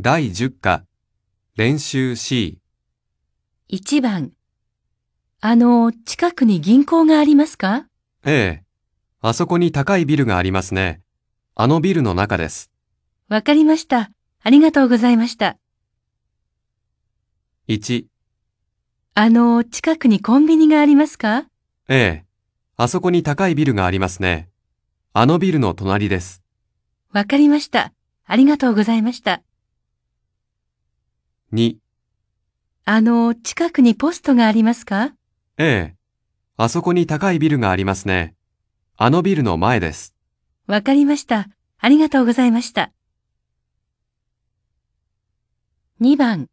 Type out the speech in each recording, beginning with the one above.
第10課、練習 C、 1番。あの、近くに銀行がありますか A。あそこに高いビルがありますね。あのビルの中です。わかりました。ありがとうございました。 1、あの、近くにコンビニがありますか A。あそこに高いビルがありますね。あのビルの隣です。わかりました。ありがとうございました。 2、あの、近くにポストがありますか A。あそこに高いビルがありますね。あのビルの前です。わかりました。ありがとうございました。2番。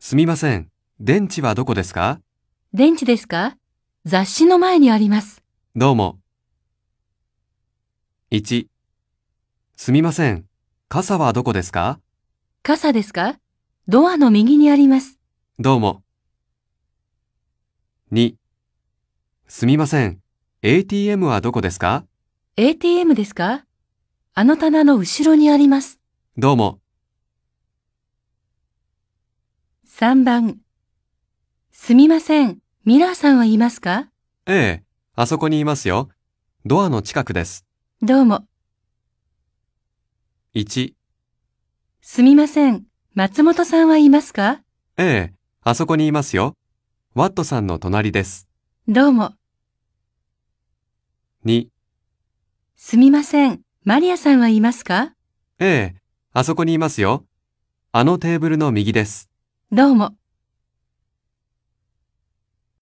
すみません。電池はどこですか電池ですか雑誌の前にあります。どうも。1、すみません。傘はどこですか傘ですかドアの右にあります。どうも。2. すみません。ATM はどこですか ATM ですかあの棚の後ろにあります。どうも。 3番。すみません。ミラーさんはいますかええ、あそこにいますよ。ドアの近くです。どうも。 1. すみません。松本さんはいますかええ、あそこにいますよ。ワットさんの隣です。どうも。 2. すみません。マリアさんはいますかええ、あそこにいますよ。あのテーブルの右です。どうも。